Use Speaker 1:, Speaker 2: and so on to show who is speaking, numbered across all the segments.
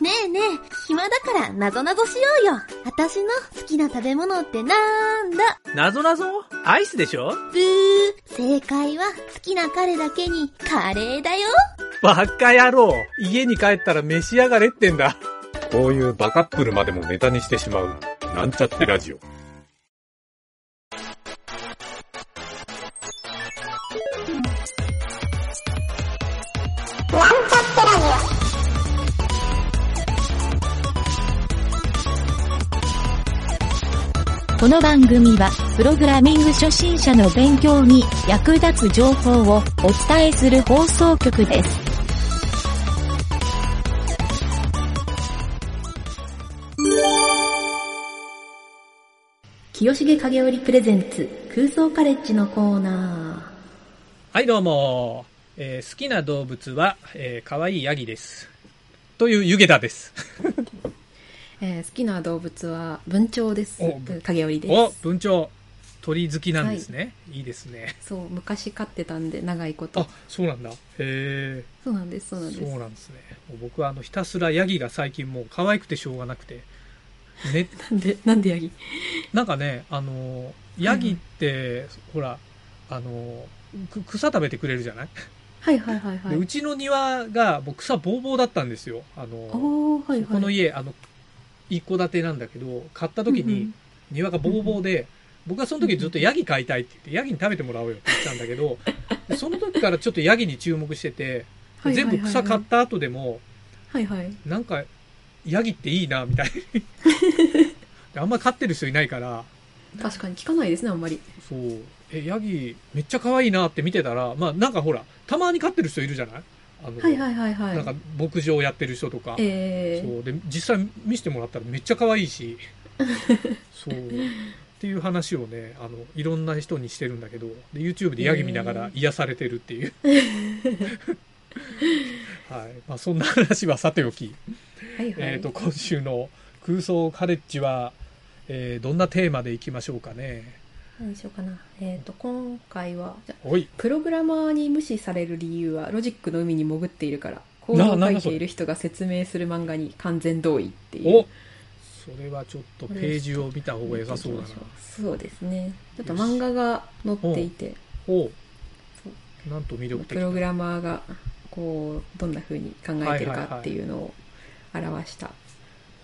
Speaker 1: ねえねえ、暇だからなぞなぞしようよ。私の好きな食べ物ってなんだ
Speaker 2: なぞなぞアイスでしょ
Speaker 1: ブー。正解は好きな彼だけにカレーだよ。
Speaker 2: バカ野郎家に帰ったら召し上がれってんだ。
Speaker 3: こういうバカップルまでもネタにしてしまう、なんちゃってラジオ。
Speaker 4: この番組は、プログラミング初心者の勉強に役立つ情報をお伝えする放送局です。
Speaker 5: 清重影織プレゼンツ空想カレッジのコーナ
Speaker 2: はい、どうも、えー好きな動物は、えー、可愛いヤギです。という湯気だです。
Speaker 5: ー、えー好きな動物は文鳥です
Speaker 2: おぶ
Speaker 5: 影織で
Speaker 2: お
Speaker 5: す、
Speaker 2: 文鳥。鳥好きなんですね。い、いですね。
Speaker 5: そう昔飼ってたんで長いこと
Speaker 2: あ、そうなんだ。へえ。
Speaker 5: そうなんですそうなんです
Speaker 2: そうなんですね。もう僕はあの、ひたすらヤギが最近もう可愛くてしょうがなくて。ね、
Speaker 5: なんでなんでヤギ
Speaker 2: なんかね、あの、ヤギって、ほら、あの、く草食べてくれるじゃない、
Speaker 5: はいはいはいは
Speaker 2: でう
Speaker 5: い
Speaker 2: ちの庭がもう草ぼうぼうだったんですよ。あの、
Speaker 5: おおはいはい
Speaker 2: この家、あの、一戸建てなんだけど、買った時
Speaker 5: うんう
Speaker 2: に
Speaker 5: ん
Speaker 2: 庭がぼうぼうで、僕はその時ずっとヤギ飼いたいって言って、ヤギに食べてもらおうよって言ってたんだけ ど、でその時からちょっとヤギに注目してて、
Speaker 5: はいはい
Speaker 2: 全
Speaker 5: はい
Speaker 2: 部草買った後でも、
Speaker 5: はいはい
Speaker 2: なんか、ヤギっていいな、みたい に。あんま飼ってる人いないから、
Speaker 5: 確かに聞かないですねあんまり
Speaker 2: そう、え、ヤギ、めっちゃ可愛いなって見てたら、まあ、なんかほら、たまに飼ってる人いるじゃないあの、
Speaker 5: はいはいはいはい
Speaker 2: なんか、牧場やってる人とか。
Speaker 5: えー、
Speaker 2: そう、で、実際見せてもらったらめっちゃ可愛いし、 そう、っていう話をね、あの、いろんな人にしてるんだけど、で、YouTube でヤギ見ながら癒されてるって いう。はい。まあ、そんな話はさておき。
Speaker 5: はいはい、
Speaker 2: えー、と今週の空想カレッジは、えーどんなテーマでいきましょうかね。
Speaker 5: 何しようかなえっ、と今回はじゃあ
Speaker 2: おい、
Speaker 5: プログラマーに無視される理由はロジックの海に潜っているからコー
Speaker 2: な
Speaker 5: ドを
Speaker 2: な
Speaker 5: 書
Speaker 2: んだ
Speaker 5: い
Speaker 2: そ
Speaker 5: て
Speaker 2: れ
Speaker 5: いる人が説明する漫画に完全同意っていう
Speaker 2: おそれはちょっとページを見た方が良さそうだな。
Speaker 5: そうですねちょっと漫画が載っていて
Speaker 2: おうなんと魅力
Speaker 5: プ
Speaker 2: 的
Speaker 5: ログ
Speaker 2: な。
Speaker 5: ラマーがこうどんな風に考えてるかっていうのを表した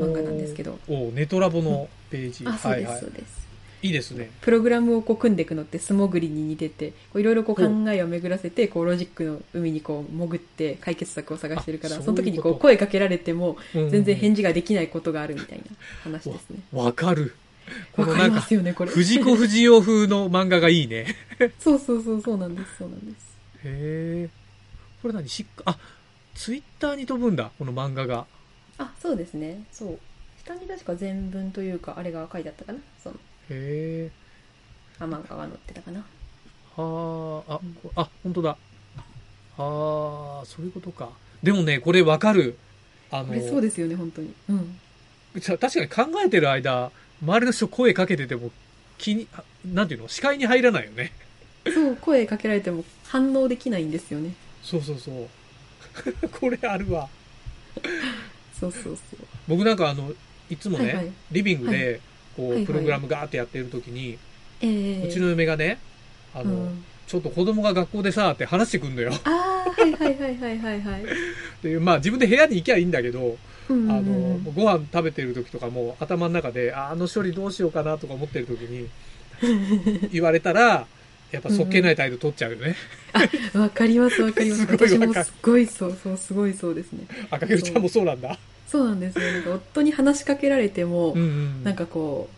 Speaker 5: 漫画なんですけど、
Speaker 2: おうネトラボのページ。
Speaker 5: あそう
Speaker 2: は
Speaker 5: です、
Speaker 2: いは
Speaker 5: そうです
Speaker 2: い。いいですね。
Speaker 5: プログラムをこう組んでいくのって素潜りに似ててこういろいろこう考えを巡らせてこうロジックの海にこう潜って解決策を探してるから
Speaker 2: あ
Speaker 5: その時にこ
Speaker 2: そういうこ
Speaker 5: う
Speaker 2: と
Speaker 5: 声かけられても
Speaker 2: うん
Speaker 5: 全然返事ができないことがあるみたいな話ですね。
Speaker 2: わかる。こ
Speaker 5: わ
Speaker 2: の
Speaker 5: か
Speaker 2: な
Speaker 5: り
Speaker 2: ん
Speaker 5: ま
Speaker 2: か
Speaker 5: す、よねこれ。
Speaker 2: 藤子不二雄風の漫画がいい ね。
Speaker 5: そうそうそうそうなんですそうなんです。
Speaker 2: へえ。これ何しっか、あ、ツイッターに飛ぶんだ、この漫画が。
Speaker 5: あそうですねそう下に確か全文というかあれが書いてあったかなその
Speaker 2: へえ。
Speaker 5: あ漫画が載ってたかな
Speaker 2: はあ、あ、こあ、本当だ。ああ、そういうことか。でもね、これわかる。あ
Speaker 5: こ
Speaker 2: の
Speaker 5: れ、そうですよね本当にうん
Speaker 2: さ確かに考えてる間、周りの人声かけてても、気に、あなんていうの、視界に入らないよね。
Speaker 5: そう声かけられても反応できないんですよね
Speaker 2: そうそうそう。 これあるわ。
Speaker 5: そうそうそ
Speaker 2: 僕なんかあの、いつもね、
Speaker 5: はいはい
Speaker 2: リビングで、こう、
Speaker 5: はいはい
Speaker 2: プログラムガーってやってる時に、
Speaker 5: うええ
Speaker 2: うちの嫁がね、あの、
Speaker 5: うん
Speaker 2: ちょっと子供が学校でさ、って話してくんのよ。
Speaker 5: ああはいはいはいはいはいはい
Speaker 2: で、まあ自分で部屋に行きゃいいんだけど、
Speaker 5: うんうん
Speaker 2: あ
Speaker 5: う
Speaker 2: の
Speaker 5: ん
Speaker 2: ご飯食べてる時とかも頭の中でああの処理どうしようかなとか思ってる時に 言われたらやっぱそっけない態度取っちゃうよね、
Speaker 5: わかりますわかりま
Speaker 2: す
Speaker 5: す
Speaker 2: ごい
Speaker 5: 私も
Speaker 2: わかる
Speaker 5: すごいそうそうすごいそうですね
Speaker 2: 赤毛ちゃんもそうなんだ
Speaker 5: そうなんですよなんか夫に話しかけられても、
Speaker 2: うんうん
Speaker 5: なんかこう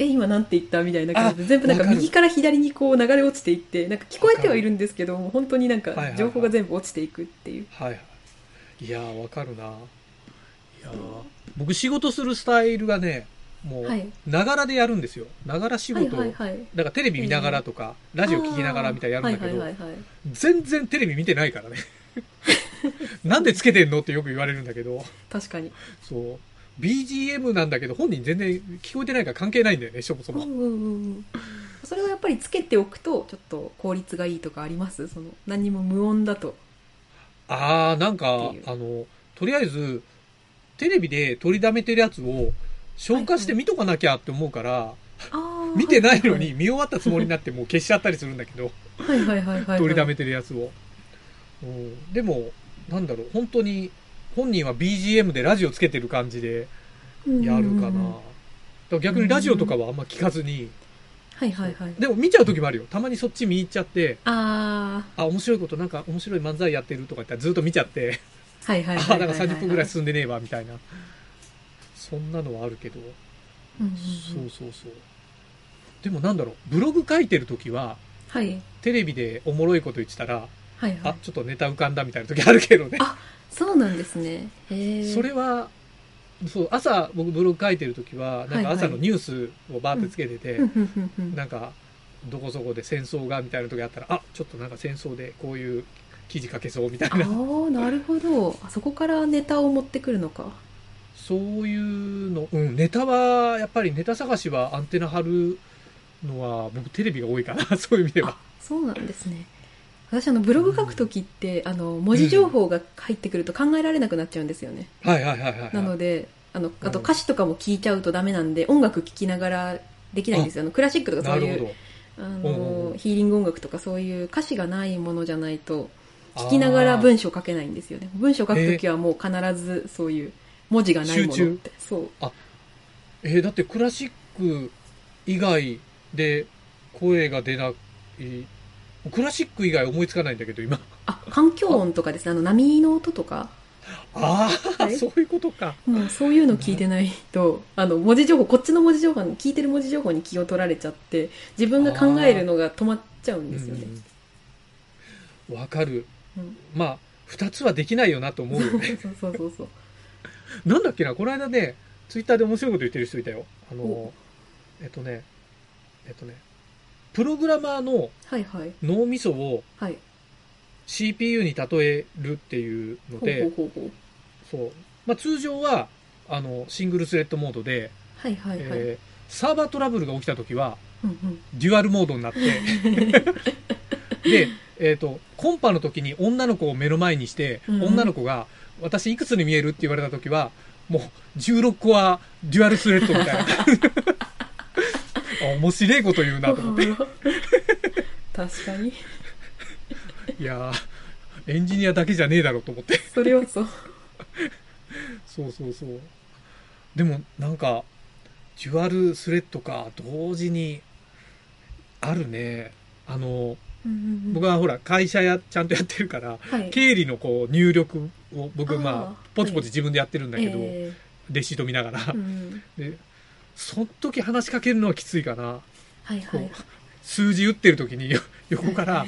Speaker 5: え今なんて言ったみたいな感じで
Speaker 2: あ
Speaker 5: 全部なんか
Speaker 2: わかる
Speaker 5: 右から左にこう流れ落ちていってなんか聞こえてはいるんですけどもう本当になん
Speaker 2: はいはい
Speaker 5: か
Speaker 2: はい
Speaker 5: 情報が全部落ちていくっていう、
Speaker 2: はいはいいやーわかるないやー僕仕事するスタイルがねも
Speaker 5: は
Speaker 2: う
Speaker 5: い
Speaker 2: ながらでやるんですよながら仕
Speaker 5: はい
Speaker 2: 事を、
Speaker 5: はいはい
Speaker 2: なんかテレビ見ながらとか、ラジオ聞きながらみたいなのやるんだけど、
Speaker 5: あーはいはいはいはい
Speaker 2: 全然テレビ見てない からねなんでつけてんのってよく言われるんだけど
Speaker 5: 確かに
Speaker 2: そう。BGM なんだけど、本人全然聞こえてないから関係ないんだよね、そもそ
Speaker 5: うん
Speaker 2: も。
Speaker 5: うんうんうんそれはやっぱりつけておくとちょっと効率がいいとかありますその何にも無音だと
Speaker 2: あー、なんか
Speaker 5: ってい、う
Speaker 2: あの、とりあえず、テレビで取りだめてるやつを消化して見とかなきゃって思うから、
Speaker 5: あー
Speaker 2: 見てないのに見終わったつもりになってもう消しちゃったりするんだけ ど、
Speaker 5: はいはいはいはいはい
Speaker 2: 取りだめてるやつを。うんでも、なんだろう、本当に本人は BGM でラジオつけてる感じでやるかな。だ
Speaker 5: うんうんうん
Speaker 2: から逆にラジオとかはあんま聞かずに、
Speaker 5: はいはいはい
Speaker 2: でも見ちゃう時もあるよ。たまにそっち見入っちゃって、
Speaker 5: あ
Speaker 2: あ、面白いこと、なんか面白い漫才やってるとか言ったらずっと見ちゃって、
Speaker 5: ーはいはいはいは
Speaker 2: あ
Speaker 5: い
Speaker 2: なんか
Speaker 5: はい
Speaker 2: 30分ぐらい進んでねえわみたいなそんなのはあるけど、
Speaker 5: うんうんうん
Speaker 2: そうそうそうでもなんだろうブログ書いてる時は
Speaker 5: はい
Speaker 2: テレビでおもろいこと言ってたら、
Speaker 5: はいは
Speaker 2: あ
Speaker 5: い
Speaker 2: ちょっとネタ浮かんだみたいな時あるけどね
Speaker 5: あそうなんですねへえ
Speaker 2: それはそう朝僕ブログ書いてる時はなんか朝のニュースをバーってつけてて、なんかどこそこで戦争がみたいな時あったらあちょっとなんか戦争でこういう記事書けそうみたい
Speaker 5: ああ
Speaker 2: な
Speaker 5: ーなるほどあそこからネタを持ってくるのか
Speaker 2: そういうの、うん、ネタは、やっぱりネタ探しはアンテナ張るのは、僕テレビが多いかな、 そういう意味では
Speaker 5: あ。そうなんですね私あのブログ書くときって、あの文字情報が入ってくると考えられなくなっちゃうんですよね、
Speaker 2: はいはいはいはい。
Speaker 5: なのであのあと
Speaker 2: うん
Speaker 5: 歌詞とかも聞いちゃうとダメなんで音楽聴きながらできないんですよあのクラシックとか
Speaker 2: な
Speaker 5: そう
Speaker 2: る
Speaker 5: い
Speaker 2: ほ
Speaker 5: う
Speaker 2: ど。
Speaker 5: あ
Speaker 2: うんう
Speaker 5: の
Speaker 2: ん
Speaker 5: ヒーリング音楽とかそういう歌詞がないものじゃないと聞きながら
Speaker 2: あー
Speaker 5: 文章書けないんですよね文章書くときはもう必ずそういう文字がないものってそう
Speaker 2: えーだってクラシック以外で声が出ない、クラシック以外思いつかないんだけど、今。
Speaker 5: あ環境音とかですねあの波の音とか
Speaker 2: ああ、
Speaker 5: はい
Speaker 2: そういうことか。
Speaker 5: もうそういうの聞いてないと、あの、文字情報、こっちの文字情報に、聞いてる文字情報に気を取られちゃって、自分が考えるのが止まっちゃう
Speaker 2: うんん
Speaker 5: ですよね。
Speaker 2: うんわかる。
Speaker 5: うん
Speaker 2: まあ、二つはできないよなと思うよね。
Speaker 5: そうそうそうそう。
Speaker 2: なんだっけな、この間ね、ツイッターで面白いこと言ってる人いたよ。あの
Speaker 5: お、
Speaker 2: えっとね、えっとね、プログラマーの
Speaker 5: はいはい。
Speaker 2: 脳みそを
Speaker 5: はい。
Speaker 2: CPU に例えるっていうの
Speaker 5: ほうほう
Speaker 2: で、
Speaker 5: ほうほう。
Speaker 2: そう。まあ通常は、あの、シングルスレッドモードで、
Speaker 5: はいはいはい。
Speaker 2: えーサーバートラブルが起きたときは、
Speaker 5: うんうん。
Speaker 2: デュアルモードにな って、で、えっ、と、コンパの時に女の子を目の前にして、
Speaker 5: うん
Speaker 2: 女の子が、私いくつに見えるって言われた時は、もう、16個はデュアルスレッドみ たいな。 あ面白いこと言うなと思って。
Speaker 5: 確かに。
Speaker 2: いやー、エンジニアだけじゃねえだろうと思って。
Speaker 5: それはそう。
Speaker 2: そうそうそう。でも、なんか、デュアルスレッドか、同時に、あるね。あの、僕
Speaker 5: 僕は、
Speaker 2: はほら、会社や、ちゃんとやってるから、
Speaker 5: はい。
Speaker 2: 経理のこう入力を僕
Speaker 5: あー
Speaker 2: まあポチポチ自分でやってるんだけど、
Speaker 5: え
Speaker 2: レシート見ながら、
Speaker 5: ーうん
Speaker 2: でその時話しかけるのはきついかな
Speaker 5: はいは
Speaker 2: こ
Speaker 5: い。
Speaker 2: 数字打ってる時によ横から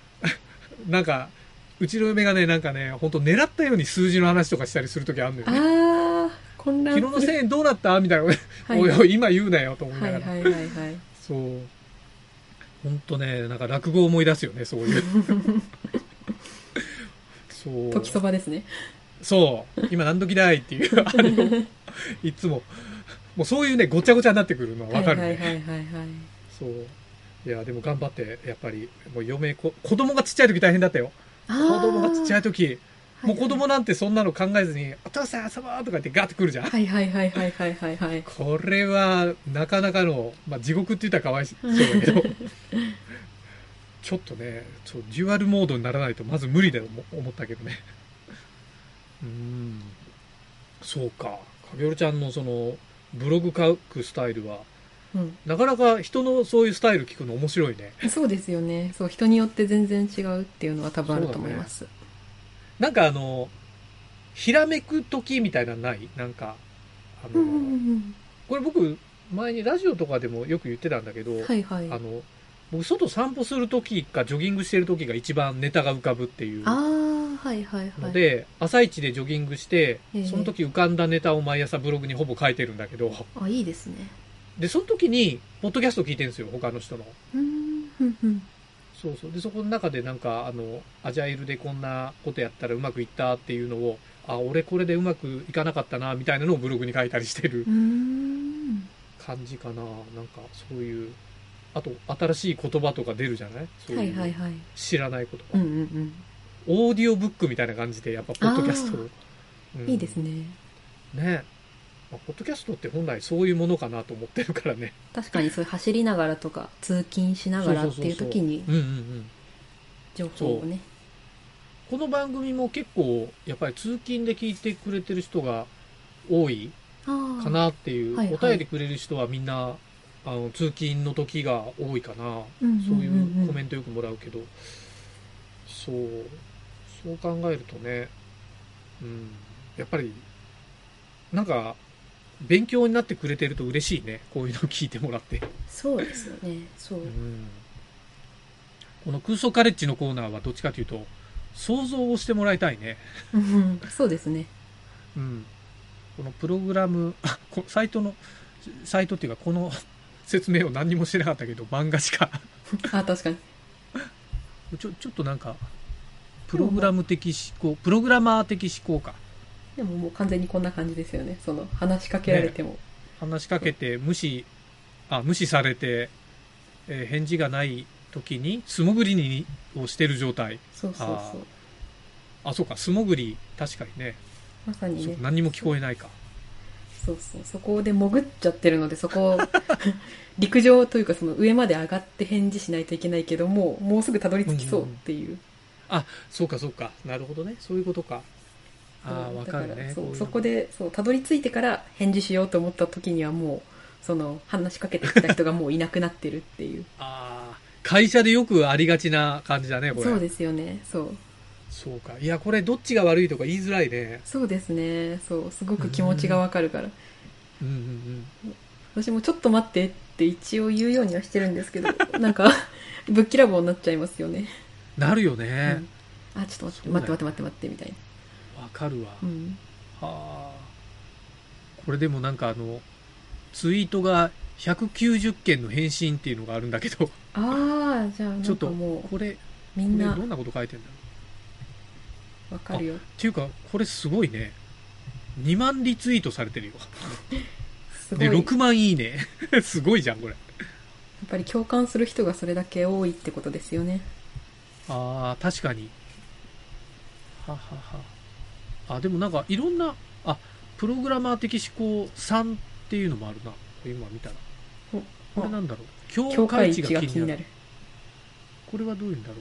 Speaker 2: なんかうちの嫁がねなんかね本当狙ったように数字の話とかしたりする時あるのよ
Speaker 5: あ
Speaker 2: ね
Speaker 5: ー、
Speaker 2: 「
Speaker 5: 混乱
Speaker 2: 昨日の1000円どうなった?」みたいな、
Speaker 5: はい
Speaker 2: おいおい今言うなよ」と思いな
Speaker 5: は
Speaker 2: いが
Speaker 5: は
Speaker 2: ら、
Speaker 5: いはいはい。
Speaker 2: そう本当ねなんか落語を思い出すよねそう いうそう
Speaker 5: 時そばですね。
Speaker 2: そう、今何時だいっていう、あの、いつも、もうそういうね、ごちゃごちゃになってくるのはわかるね。
Speaker 5: はいはいはいはいはい。
Speaker 2: そう。いや、でも頑張って、やっぱり、もう嫁、こ子供がちっちゃい時大変だったよ。
Speaker 5: あ
Speaker 2: 子
Speaker 5: ー
Speaker 2: 供がちっちゃい時、もう子
Speaker 5: は
Speaker 2: 供なんてそんなの考えずに、お父さん遊ぼうとか言ってガッてくるじゃん。
Speaker 5: いはいはいはいはいはいはいはい。
Speaker 2: これは、なかなかの、まあ、地獄って言ったらかわいそうだけど、 ちょっとね、そう、デュアルモードにならないと、まず無理だと思思ったけどね。うーん。そうか。影るちゃんのその、ブログ書くスタイルは、
Speaker 5: うん
Speaker 2: なかなか人のそういうスタイル聞くの面白いね。
Speaker 5: そうですよね。そう、人によって全然違うっていうのは多分あると思います。
Speaker 2: なんかあの、ひらめく時みたいなのないなんか、あ
Speaker 5: う
Speaker 2: の、
Speaker 5: んうん
Speaker 2: これ僕、前にラジオとかでもよく言ってたんだけど、
Speaker 5: うん。はいはい。
Speaker 2: あ
Speaker 5: あ
Speaker 2: の僕外散歩する時かジョギングしてる時が一番ネタが浮かぶっていう
Speaker 5: あ
Speaker 2: の
Speaker 5: ー、はいはいはい。
Speaker 2: で、朝一でジョギングして
Speaker 5: ええ
Speaker 2: その時浮かんだネタを毎朝ブログにほぼ書いてるんだけど
Speaker 5: あ、いいですね。
Speaker 2: でその時にポッドキャスト聞いてるんですよ他の人の
Speaker 5: うーん、うんうん。
Speaker 2: そうそうでそこの中でなんかあのアジャイルでこんなことやったらうまくいったっていうのをあ俺これでうまくいかなかったなみたいなのをブログに書いたりしてる
Speaker 5: うーん。
Speaker 2: 感じかななんかそういうあと新しい言葉とか出るじゃないそう
Speaker 5: はいいうはいはい。
Speaker 2: 知らない言葉
Speaker 5: うんうんうん。
Speaker 2: オーディオブックみたいな感じでやっぱポッドキャストを、うん
Speaker 5: いいですね。
Speaker 2: ねまあポッドキャストって本来そういうものかなと思ってるからね
Speaker 5: 確かにそういう走りながらとか通勤しながらっていう時に
Speaker 2: うんうんうん
Speaker 5: 情報をね
Speaker 2: この番組も結構やっぱり通勤で聞いてくれてる人が多い
Speaker 5: ああ
Speaker 2: かなっていう、
Speaker 5: あーはいはい
Speaker 2: お便りくれる人はみんなあの通勤の時が多いかな、
Speaker 5: うんうんうんうん
Speaker 2: そういうコメントよくもらうけどそうそう考えるとね、うん、やっぱりなんか勉強になってくれてると嬉しいねこういうの聞いてもらって、
Speaker 5: そうですよねそう
Speaker 2: うんこの空想カレッジのコーナーはどっちかというと想像をしてもらいたいね
Speaker 5: うんそうですね
Speaker 2: うん、このプログラムあこサイトのサイトっていうかこの 説明を何にもしてなかったけど漫画しか
Speaker 5: あ確かに
Speaker 2: ちょちょっとなんかプログラム的思考プログラマー的思考か
Speaker 5: でももう完全にこんな感じですよねその話しかけられても、
Speaker 2: 話しかけて無視あ無視されて、えー返事がない時に素潜りにをしてる状態
Speaker 5: そうそうそう
Speaker 2: あそうか素潜り確かにね
Speaker 5: まさに
Speaker 2: そう
Speaker 5: ね
Speaker 2: 何にも聞こえないか
Speaker 5: そうそうそこで潜っちゃってるのでそこを 陸上というかその上まで上がって返事しないといけないけどもうもうすぐたどり着きそうっていう、
Speaker 2: そうかそうかなるほどねそういうことかああ
Speaker 5: うん
Speaker 2: わ
Speaker 5: だ
Speaker 2: かる
Speaker 5: ら
Speaker 2: ね
Speaker 5: そう
Speaker 2: ういうの
Speaker 5: そこでそうたどり着いてから返事しようと思った時にはもうその話しかけてきた人がもういなくなってるって いう
Speaker 2: ああ、会社でよくありがちな感じだね、これ。
Speaker 5: そうですよねそう
Speaker 2: そうか。いや、これどっちが悪いとか言いづらいね。
Speaker 5: そうですねそうすごく気持ちがわかるから、
Speaker 2: うんうんうん。
Speaker 5: 私もちょっと待ってって一応言うようにはしてるんですけど なんかぶっきらぼうになっちゃいますよね、
Speaker 2: なるよ
Speaker 5: う
Speaker 2: ね
Speaker 5: ん。あちょっと
Speaker 2: そうだよ
Speaker 5: 待って待って待って待って待ってみたいな、
Speaker 2: わ、かるわ。
Speaker 5: うん、
Speaker 2: はあ。これでもなんかあの、ツイートが190件の返信っていうのがあるんだけど、
Speaker 5: ああじゃあな
Speaker 2: ちょ
Speaker 5: ん
Speaker 2: っ
Speaker 5: か
Speaker 2: と、
Speaker 5: も
Speaker 2: これ、こ
Speaker 5: うみ
Speaker 2: れ
Speaker 5: んな
Speaker 2: どんなこと書いてんだろう。
Speaker 5: わかるよ
Speaker 2: っていうか、これすごいね。2万リツイートされてるよ。
Speaker 5: すごい
Speaker 2: で、
Speaker 5: やっ
Speaker 2: 6万いいね。 すごいじゃん、これ。
Speaker 5: ぱり共感する人がそれだけ多いってことですよね
Speaker 2: ああ確かにはははあでもなんかいろんなあプログラマー的思考3っていうのもあるな今見たら
Speaker 5: お
Speaker 2: これなんだろう境
Speaker 5: 境界
Speaker 2: 界
Speaker 5: 値
Speaker 2: 値
Speaker 5: が
Speaker 2: が
Speaker 5: 気
Speaker 2: 気
Speaker 5: に
Speaker 2: にな
Speaker 5: なる
Speaker 2: るこれはどういうんだろう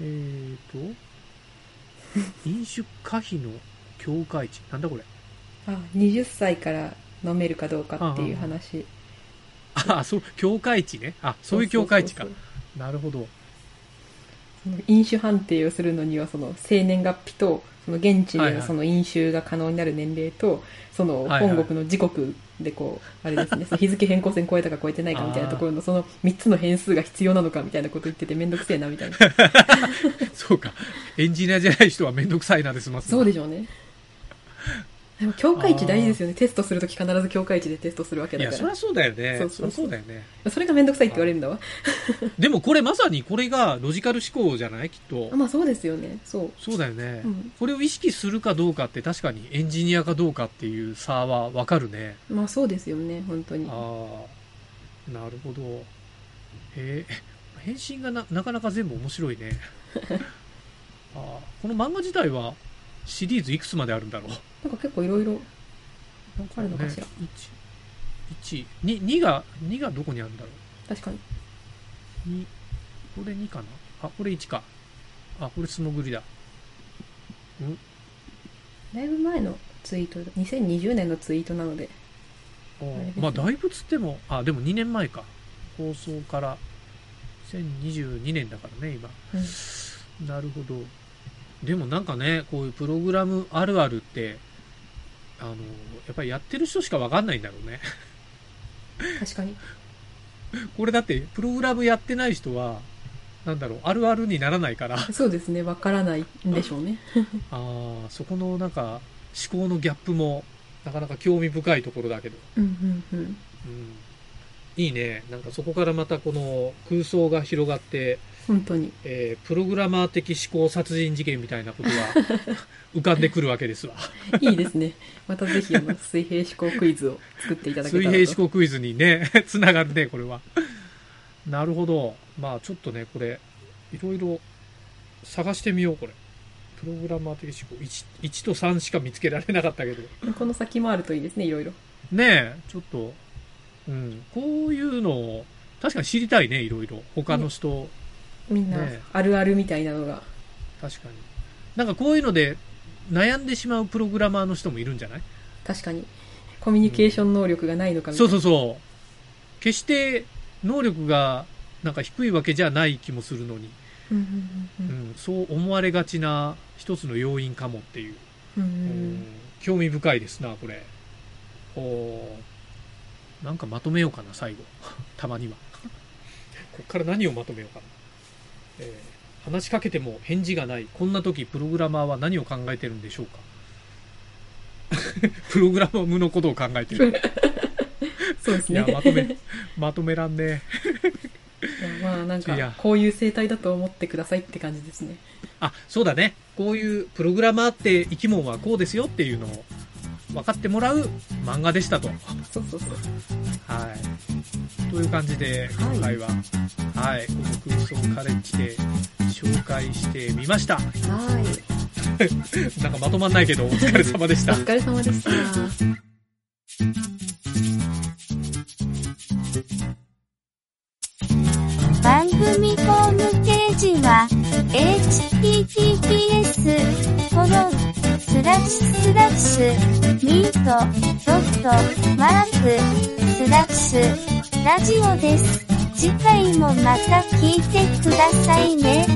Speaker 2: えーと 飲酒可否の境界値なんだこれ
Speaker 5: あ20歳から飲めるかどうかっていう話
Speaker 2: あそう境界値ねあそういう境界値か
Speaker 5: そうそう
Speaker 2: なるほど
Speaker 5: そうその飲酒判定をするのにはその生年月日とその現地
Speaker 2: はい
Speaker 5: で
Speaker 2: はい
Speaker 5: その飲酒が可能になる年齢と、その
Speaker 2: はいはい
Speaker 5: 本国の時刻でこう、あ れですねその日付変更線超えたか超えてないかみたいなところのその3つの変数が必要なのかみたいなこと言ってて面倒くせえな みたいな
Speaker 2: そうかエンジニアじゃない人は面倒くさいなで済ます
Speaker 5: そうでしょうねでも境界値大事ですよねテストするとき必ず境界値でテストするわけ
Speaker 2: い
Speaker 5: だ
Speaker 2: や
Speaker 5: か
Speaker 2: そり
Speaker 5: ら
Speaker 2: ゃそうだよね
Speaker 5: そうそうそ
Speaker 2: そりゃそ
Speaker 5: う
Speaker 2: うだよね
Speaker 5: それが面倒くさいって言われるんだわ
Speaker 2: でもこれまさにこれがロジカル思考じゃないきっと
Speaker 5: あ。まあそうですよねそう
Speaker 2: そうだよね、
Speaker 5: うん
Speaker 2: これを意識するかどうかって確かにエンジニアかどうかっていう差はわかるね。
Speaker 5: まあそうですよね本当に
Speaker 2: ああ、なるほど。へえ、返信がななかなか全部面白いね。あーこの漫画自体はシリーズいくつまであるんだろう。
Speaker 5: なんか結構いろいろあるのかしら、
Speaker 2: ね、1、1、2、2が、2がどこにあるんだろう。
Speaker 5: 確かに
Speaker 2: 2これ2かなあこれ1かあこれ素潜りだ
Speaker 5: だいぶ前のツイート2020年のツイートなので
Speaker 2: おまあだいぶつってもあでも2年前か放送から2022年だからね今、なるほどでもなんかねこういうプログラムあるあるってあのやっぱりやってる人しかわかんないんだろうね
Speaker 5: 確かに
Speaker 2: これだってプログラムやってない人はなんだろうあるあるにならないから
Speaker 5: そうですねわからないんでしょうね
Speaker 2: ああそこのなんか思考のギャップもなかなか興味深いところだけど、
Speaker 5: うんうんうん
Speaker 2: うん、いいねなんかそこからまたこの空想が広がって、
Speaker 5: 本当に
Speaker 2: えープログラマー的思考殺人事件みたいなことが 浮かんでくるわけですわ
Speaker 5: いいですねまたぜひあの水平思考クイズを作っていただけた
Speaker 2: 水
Speaker 5: らと
Speaker 2: 平思考クイズにね つながるねこれはなるほどまあちょっとねこれいろいろ探してみようこれプログラマー的思考 1, 1と3しか見つけられなかったけど
Speaker 5: この先もあるといいですね、いろいろ。
Speaker 2: ねえちょっと、うん、こういうのを確かに知りたいねいろいろ他の人、
Speaker 5: みんな
Speaker 2: ねえ、
Speaker 5: あるあるみたいなのが。
Speaker 2: 確かになんかこういうので悩んでしまうプログラマーの人もいるんじゃない
Speaker 5: 確かに。コミュニケーション能力がないのかみたい
Speaker 2: そうそ
Speaker 5: な。
Speaker 2: うそう決して能力がなんか低いわけじゃない気もするのに、
Speaker 5: うん
Speaker 2: う
Speaker 5: う
Speaker 2: んん、そう思われがちな一つの要因かもっていう
Speaker 5: うんうん。うん
Speaker 2: う
Speaker 5: うんん
Speaker 2: 興味深いですなこれおーなんかまとめようかな最後 たまにはこっから何をまとめようかな、えー話しかけても返事がないこんな時プログラマーは何を考えてるんでしょうか プログラムのことを考えてる
Speaker 5: そうです
Speaker 2: い
Speaker 5: ね
Speaker 2: や。まとめまとめらんねえ
Speaker 5: いやまあなん
Speaker 2: いや
Speaker 5: か、こういう生態だと思ってくださいって感じですね。
Speaker 2: あそうだねこういうプログラマーって生き物はこうですよっていうのを分かってもらう漫画でしたと
Speaker 5: そうそうそう。
Speaker 2: はい。という感じで、
Speaker 5: はい
Speaker 2: 今回は、はい、この空想カレッジで紹介してみました。
Speaker 5: はい。
Speaker 2: なんかまとまんないけど、お疲れ様でし
Speaker 5: お
Speaker 2: た。
Speaker 5: 疲れ様でした。
Speaker 6: 番組ホームページは、https, コロン、スラッシュスラッシュ、ミート、ドット、マーク、スラッシュ、ラジオです。次回もまた聞いてくださいね。